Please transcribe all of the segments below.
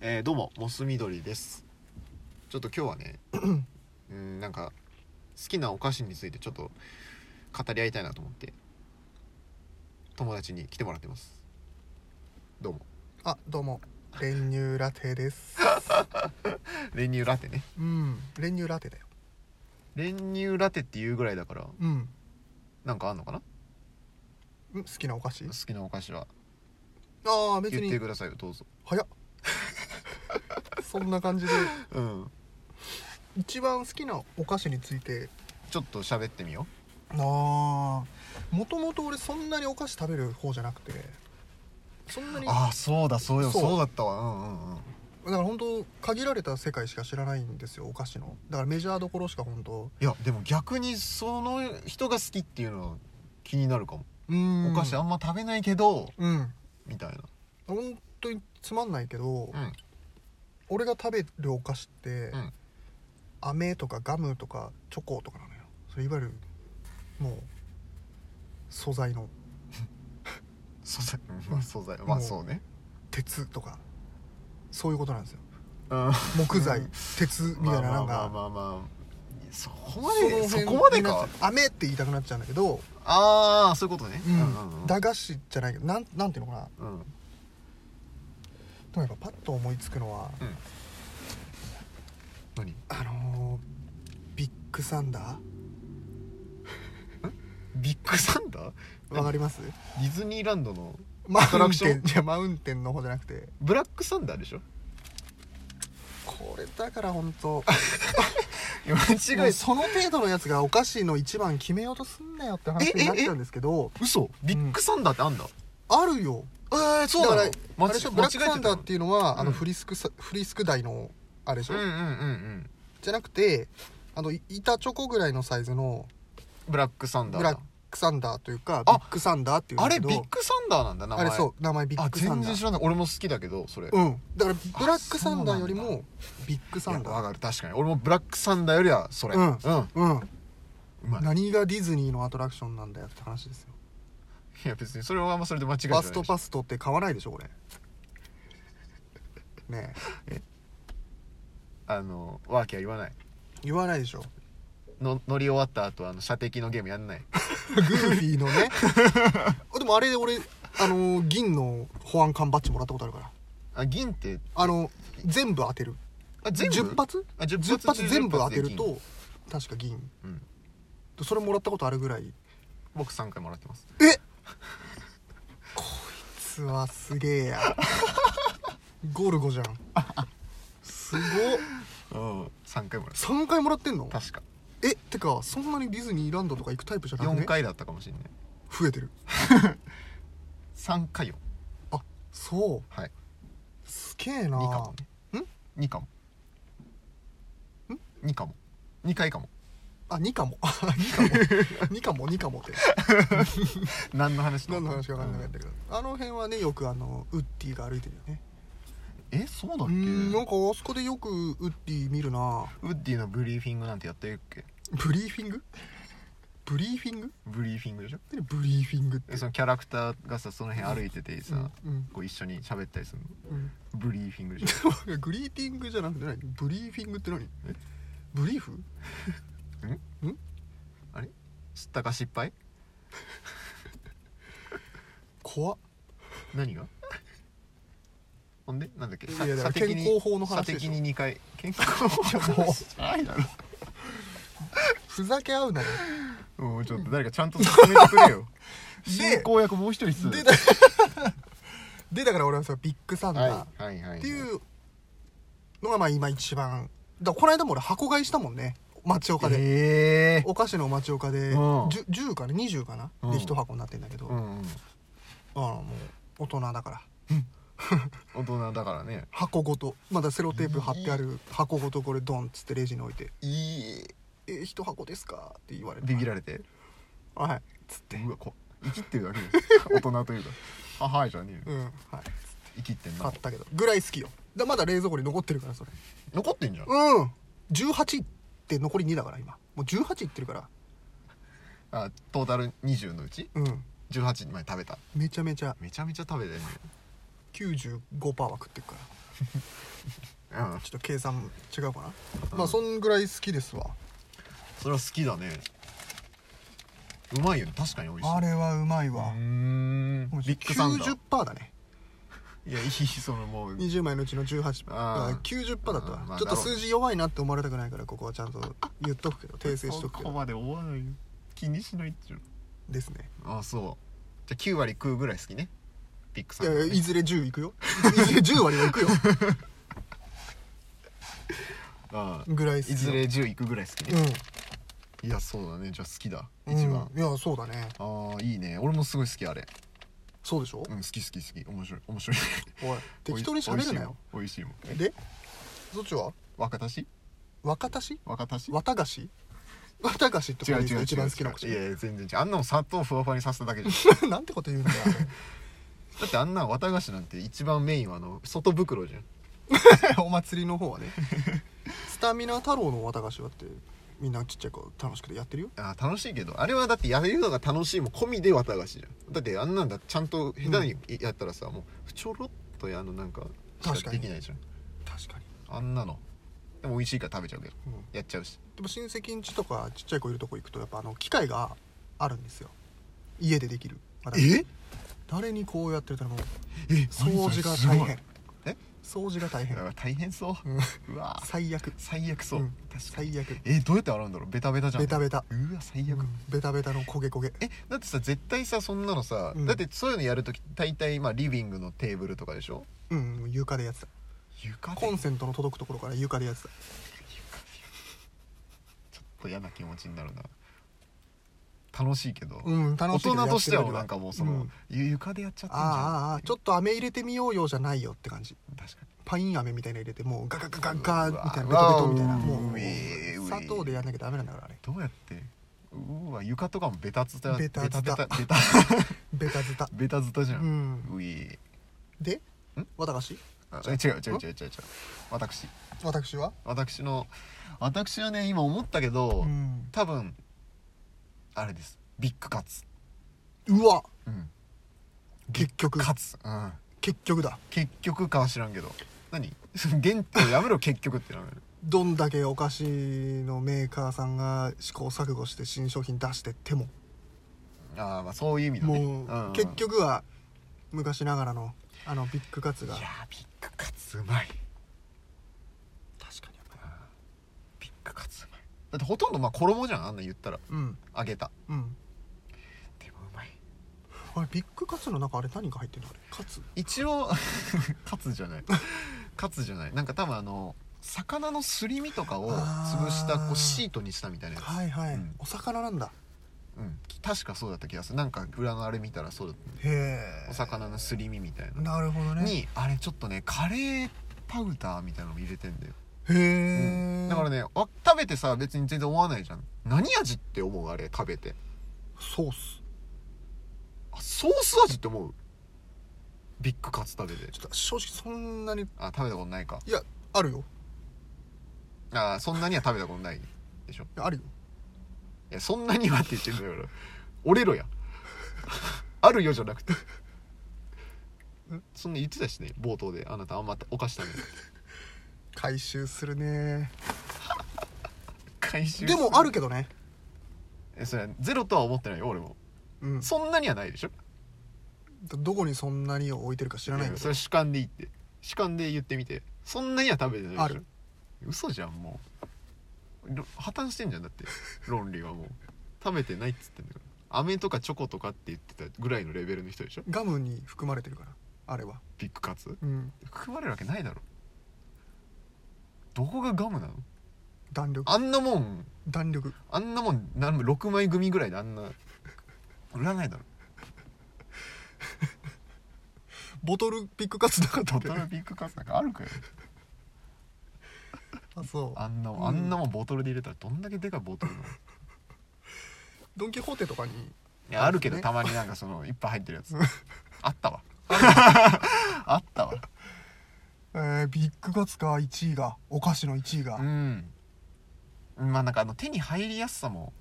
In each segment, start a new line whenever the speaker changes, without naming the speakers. えーどうもモス緑ですちょっと今日は ねうんなんか好きなお菓子についてちょっと語り合いたいなと思って友達に来てもらってますどうも
あどうも練乳ラテ です。
練乳ラテね
うん練乳ラテだよ。
練乳ラテっていうぐらいだから
うんん
なんかあんのかな
好きなお菓子
好？きなお菓子は
ああ別
言っ
に
てくださいよどうぞ
早っ。 そんな感じで
うん
一番好きなお菓子について。
ちょっと喋ってみよ
ああもともと俺そんなにお菓子食べる方じゃなくて、そんな
う
にだか
ああそうだそうよそ
そうう
だったわうんうんうん
ら本当限られた世界しか知らないんですよお菓子の。だからメジャーどころしか本当。
いやでも逆にその人が好きっていうのは気になるかも、
うーん
お菓子あんま食べないけど
うん
みたいな
本当につまんないけど。
うん
俺が食べるお菓子って、
うん
飴とかガムとかチョコとかなのよそれいわゆるもう素材の
素材まあ素材まあそうね
鉄とかそういうことなんですよ
うん
木材
うん
鉄みたいななん
まあ
か
まあまあまあそこま
の
で
辺
そこまで
にな
か
っちゃう飴って言いたくなっちゃうんだけど、
ああそういうことね
うん
うん
駄菓子じゃないけどなんなんていうのかな
うんうん
でもやっぱパッと思いつくのは
うん何
あのービッグサンダ
ビッグサンダ
ーわか
ー
ります
ディズニーランドの
マ
トラ
ウン
クショ
テ
ン
ンじゃマウンテンの方じゃなくて
ブラックサンダーでしょ
これだから本当
いや間
も
違
う
えた
その程度のやつがお菓子の一番決めようとすんなよって話
え
になっちゃうんですけど
嘘ビッグサンダーってあんだ
あるよ
ええそうなの
だからあれ
間
で
違
しょブ
間違
ラ
えて
ック
た
サンダーっていうのは、
うん
あのフリスクさフリスク台のあれでし
う
ょ、
んうんうんうん
じゃなくてあのい板チョコぐらいのサイズの
ブラックサンダー
ブラッ
だ
クサンダーというかビ
あ
ッグサンダーっていう
あ
ん
れ
だけど
ビッグサンダーなんだ名前
あれそう名前ビッ
あ
グサン
全
ダ
然知
ー
らない俺も好きだけどそれ
うんだからブラックサンダーより
そうなん
もビッグサン
いやわ
ダ
か
ー
る確かに俺もブラックサンダーよりはそれ
うん
うま
うん
い
何がディズニーのアトラクションなんだよって話ですよ
いや別にそれはあんまそれで間違えてない
パストパストって買わないでしょこれ ねえ
あのワーキャー言わない
言わないでしょ
の乗り終わった後あの射的のゲームやんない
グーフィー のねあでもあれで俺あのー銀の保安官バッジもらったことあるから
あ銀って
あの全部当てる
あ全部
10発
あ10
10発全部当てる
10発で
と確か銀
金うん
それもらったことあるぐらい
僕3回もらってます
え こいつはすげえ やゴルゴじゃんすごっ
うん3回もらっ
3回もらってんの
た確か
えってかそんなにディズニーランドとか行くタイプじゃなく
4
ね
回だったかもしれない
増えてる
3回よ
あそう
はい
すげえな
2かもね2かも2かも2回かも
あ2かも2 かも2かも2かもって
何の話だ
何の話か分かんなかったけど、あの辺はねよくあのウッディが歩いてるよね
えそうだっ
う
け
んなんかあそこでよくウッディ見るな
ウッディのブリーフィングなんてやってるっけ
ブリーフィングブリーフィング
ブリーフィングでしょ
何ブリーフィングって
えそのキャラクターがさその辺歩いててさ、
うんうん
こう一緒に喋ったりするの
うん
ブリーフィングでしょ
グリーティングじゃなくて何ブリーフィングって何ブリーフ
あれ知ったか失敗
怖っ
何がほんでなんだっけ
いや
さ
いやだから
射的に
健康法の話でしょ
射的に2回健康法の話じゃないだろ
ふざけ合うなよ
もうちょっと誰かちゃんと進めてくれよ
で
進行役もう一人っす
でだでだから俺はさビッグサンダー、
はいはいはい
っていうのがまあ今一番だからこの間も俺箱買いしたもんね町岡で、
ええ
お菓子の町岡で、
うん
じゅ 10, かな20かな、
うん
で1箱になってんだけど、
う
あ
んうん
のもう大人だから
大人だからね
箱ごとまだセロテープ貼ってある箱ごとこれドンっつってレジに置いて
いい
「え1箱ですか?」って言われて
ビビられて
「はい」っつって
うわこ生きってるだけで大人というかははいじゃねえ
う
よ
んはい
生きってん
買
な
ったけどぐらい好きよだまだ冷蔵庫に残ってるからそれ
残ってんじゃん
うん18って残り2だから今もう18いってるから
あトータル20のうち
うん
18まで食べた
めちゃめちゃ
めちゃめちゃ食べたよね
95%は食ってるから
うん
ちょっと計算違うかな、まあそんぐらい好きですわ
それは好きだねうまいよね確かに美味しい
あれはうまいうわ
ー、ん
もう
ビッグサンダー
90%だね
いやいいそのもう
20枚のうちの18
あー
あ90%だったわ
あーまあ
ちょっと数字弱いなって思われたくないからここはちゃんと言っとくけど訂正しとくけ
そこ
ど
まで追わないよ気にしないっちゅう
ですね
のあそうじゃあ9割食うぐらい好きねビッグサ
い
ン
や
ダ
い
ー、
や
ね、
いずれ10いくよいずれ10割はいくよ
ああ
ぐらい
い
好きよ
ずれ10いくぐらい好きね、
う
いやそうだねじゃあ好きだ
ん
一番、
うんいやそうだね
ああいいね俺もすごい好きあれ
そうでしょ
うん好き好き好き面白い面白い
おい適当に喋るなよ
美味しいもん美味しいもんえ
でそっちは
若田市
若田市
若田市
綿菓子綿菓子って
違う
こ
違
と
う違
ですか
う
一番好きな
違う
口
いやいや全然違うあんなの砂糖ふわふわにさせただけじゃん
なんてこと言うんだよ
だってあんな綿菓子なんて一番メインはあの外袋じゃん
あれ お祭りの方はねスタミナ太郎の綿菓子はってみんなちっちゃい子楽しくてやってるよ
あー楽しいけどあれはだってやれるのが楽しいも込みで綿菓子じゃんだってあんなんだちゃんと下手にやったらさ、もうちょろっとやあのなんか
確
し
か
か
に
できないじゃん
確かに、
あんなのでも美味しいから食べちゃうけど
うん、
やっちゃうし
でも親戚ん家とかちっちゃい子いるとこ行くとやっぱあの機械があるんですよ家でできる私誰にこうやってるともう
え
掃除が大変
え
掃除が大変
うわ大変そう
うん
うわ
最悪
最悪そう、
うん
確かに
最悪
えどうやって洗うんだろうベタベタじゃん
ベタベタ
うわ最悪、
ベタベタの焦げ焦げ
えだってさ絶対さそんなのさ、
うん
だってそういうのやるとき大体まあリビングのテーブルとかでしょ
うん床でやってた
床で
コン
ちょ
セントの届くところから床でやってた
っと嫌な気持ちになるな楽しいけど、
うん楽
大
しいけど
人
やってる
としては
より
なんかもうその、
ん
ゆ床でやっちゃってんじゃん
ああああちょっと飴入れてみようよじゃないよって感じ
確かに
パイン飴みたいなの入れてもうガガガガガみたいなベ
うわ
トベトみたいな
うわ
もうも
うえ
う
うえ
砂糖でやんなきゃダメなんだからあれ
どうやってうわ床とかもベタつた
ベタズタ
ベタ ベタ
ベタズタ
ベタズタじゃ、
うんん
うえ
で
ん
綿菓子
あ違う違う違う違う違う私
私は
私の私はね今思ったけど、
うん
多分あれですビッグカツ
うわ
うん
結局
カツ、うん、
結局だ
結局かは知らんけど何 原点やめろ結局ってなめる
どんだけお菓子のメーカーさんが試行錯誤して新商品出してっても
ああまあそういう意味だね
も
んん
う結局は昔ながらのあのビッグカツ
い
が
やービッグカツうまい
確かに
ビッグカツうまいだってほとんどまあ衣じゃんあんなん言ったら
うん
揚げた
うん
でもうまい
あれビッグカツの中あれ何が入ってるのあれカツ
一応 カツじゃないカツじゃないなんか多分あの魚のすり身とかを潰した
あ
こ
ー
うシートにしたみたいなやつ
はいはい、
うん
お魚なんだ
うん、確かそうだった気がするなんか裏のあれ見たらそうだった
へ
お魚のすり身みたい
え
な
なるほどねへ
にあれちょっとねカレーパウダーみたいなのも入れてんだよ、
え、
だから
ね
ねわ食べてさ別に全然思わないじゃん何味って思うあれ食べて
ソース
あソース味って思うビッグカツ食べて
ちょっと正直そんなに
あ食べたことないか
いやあるよ
あそんなには食べたことないでしょ
いやあるよ
いやそんなにはって言ってんだから折れろやあるよじゃなくてそんな言ってたしね冒頭であなたあんまお菓子食べない
回収するね
回収
でもあるけどね
えそれはゼロとは思ってないよ俺も
うん
そんなにはないでしょ
どこにそんなにを置いてるか知らない
いや
けど
それ主観でいいって主観で言ってみてそんなには食べてないでしょ
ある
嘘じゃんもうろ破綻してんじゃんだ って論理はもう食べてないっつってんだから飴とかチョコとかって言ってたぐらいのレベルの人でしょ
ガムに含まれてるからあれは
ビッグカツ
うん
含まれるわけないだろどこがガムなの
弾力
あんなもん
弾力
あんなもんなん6枚組ぐらいであんな売らないだろ
ボトルビッグカツなかった
ボ
っけ
トルビッグカツなんかあるかよ
あそう
あんなも
うん
んあんなもんボトルで入れたらどんだけでかいボトルなの
ドン・キホーテとかに
いやあるけど、
ね
たまになんかそのいっぱい入ってるやつあった わあったわ
えー、ビッグカツか1位がお菓子の1位が、
うんまあなんかあの手に入りやすさも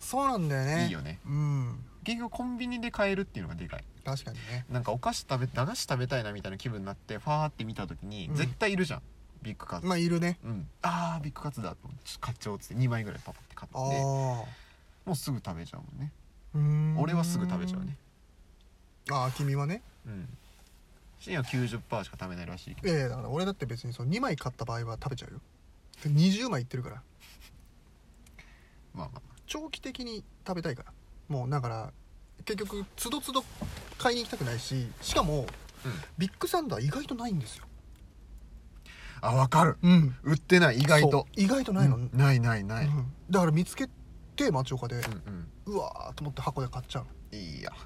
そうなんだよね
いいよね
うん
結局コンビニで買えるっていうのがでかい
確かにね
なんかお菓子食べ駄菓子食べたいなみたいな気分になってファーって見た時に
うん
絶対いるじゃん、ビッグカツ、
まあいるね
うん、あービッグカツだと思ってちょっと買っちゃおうっつって2枚ぐらいパパって買
あ
って
あ
もうすぐ食べちゃうもんね
うーん
俺はすぐ食べちゃうね
ああ君はね
うん深夜は90%しか食べないらしいけ
いやいやだから俺だって別にその2枚買った場合は食べちゃうよで20枚いってるから
どまあまあ
長期的に食べたいからもうだから結局つどつど買いに行きたくないししかも
うん
ビッグサンダー意外とないんですよ
あわかる
うん
売ってない意外と
意外とないの、
うんないないない、うん
うんだから見つけて町岡で、
うん
うわーと思って箱で買っちゃう
いいや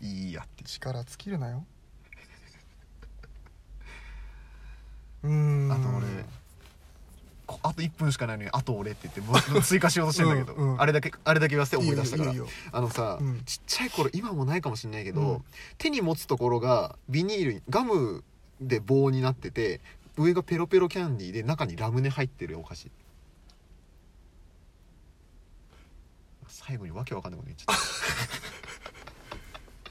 いいやって
力尽きるなよ うーん
あと俺こあと1分しかないのに「あと俺」って言ってもう追加しようとしてんだけど、
うんうん
あれだけあれだけ言わせて思い出したから
いいよいいよ
あのさ、
うん
ちっちゃい頃今もないかもしれないけど、
うん
手に持つところがビニールにガムで棒になってて上がペロペロキャンディーで中にラムネ入ってるお菓子最後にわけわかんないこと言っちゃっ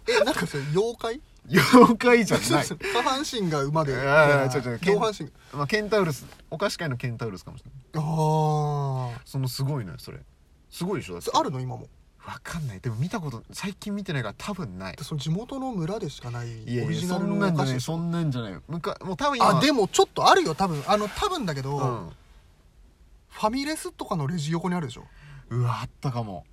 た
えなんかそれ妖怪
妖怪じゃない
下半身が馬で
いやいやちょちょ
上半身が
まあケンタウルスお菓子界のケンタウルスかもしれない
ああ
そのすごいのよそれすごいでしょだって
あるの今も
わかんないでも見たこと最近見てないから多分ない
でその地元の村でしかない
いや
オリ
いや
ジ
そ
ナル
んな
のお
んじゃ
菓
ない
子
そんなんじゃないよむかもう多分今
あでもちょっとあるよ多分あの多分だけど、ファミレスとかのレジ横にあるでしょ
うん、うわあったかも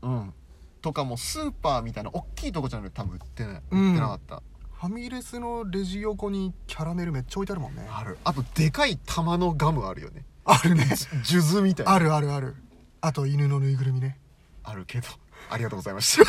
うんとかもうスーパーみたいな大きいとこじゃなくて多分売ってない
うん
売ってなかった、
ファミレスのレジ横にキャラメルめっちゃ置いてあるもんね
あるあとでかい玉のガムあるよね
あるね
数珠みたいな
あるあるあるあと犬のぬいぐるみね
あるけどありがとうございました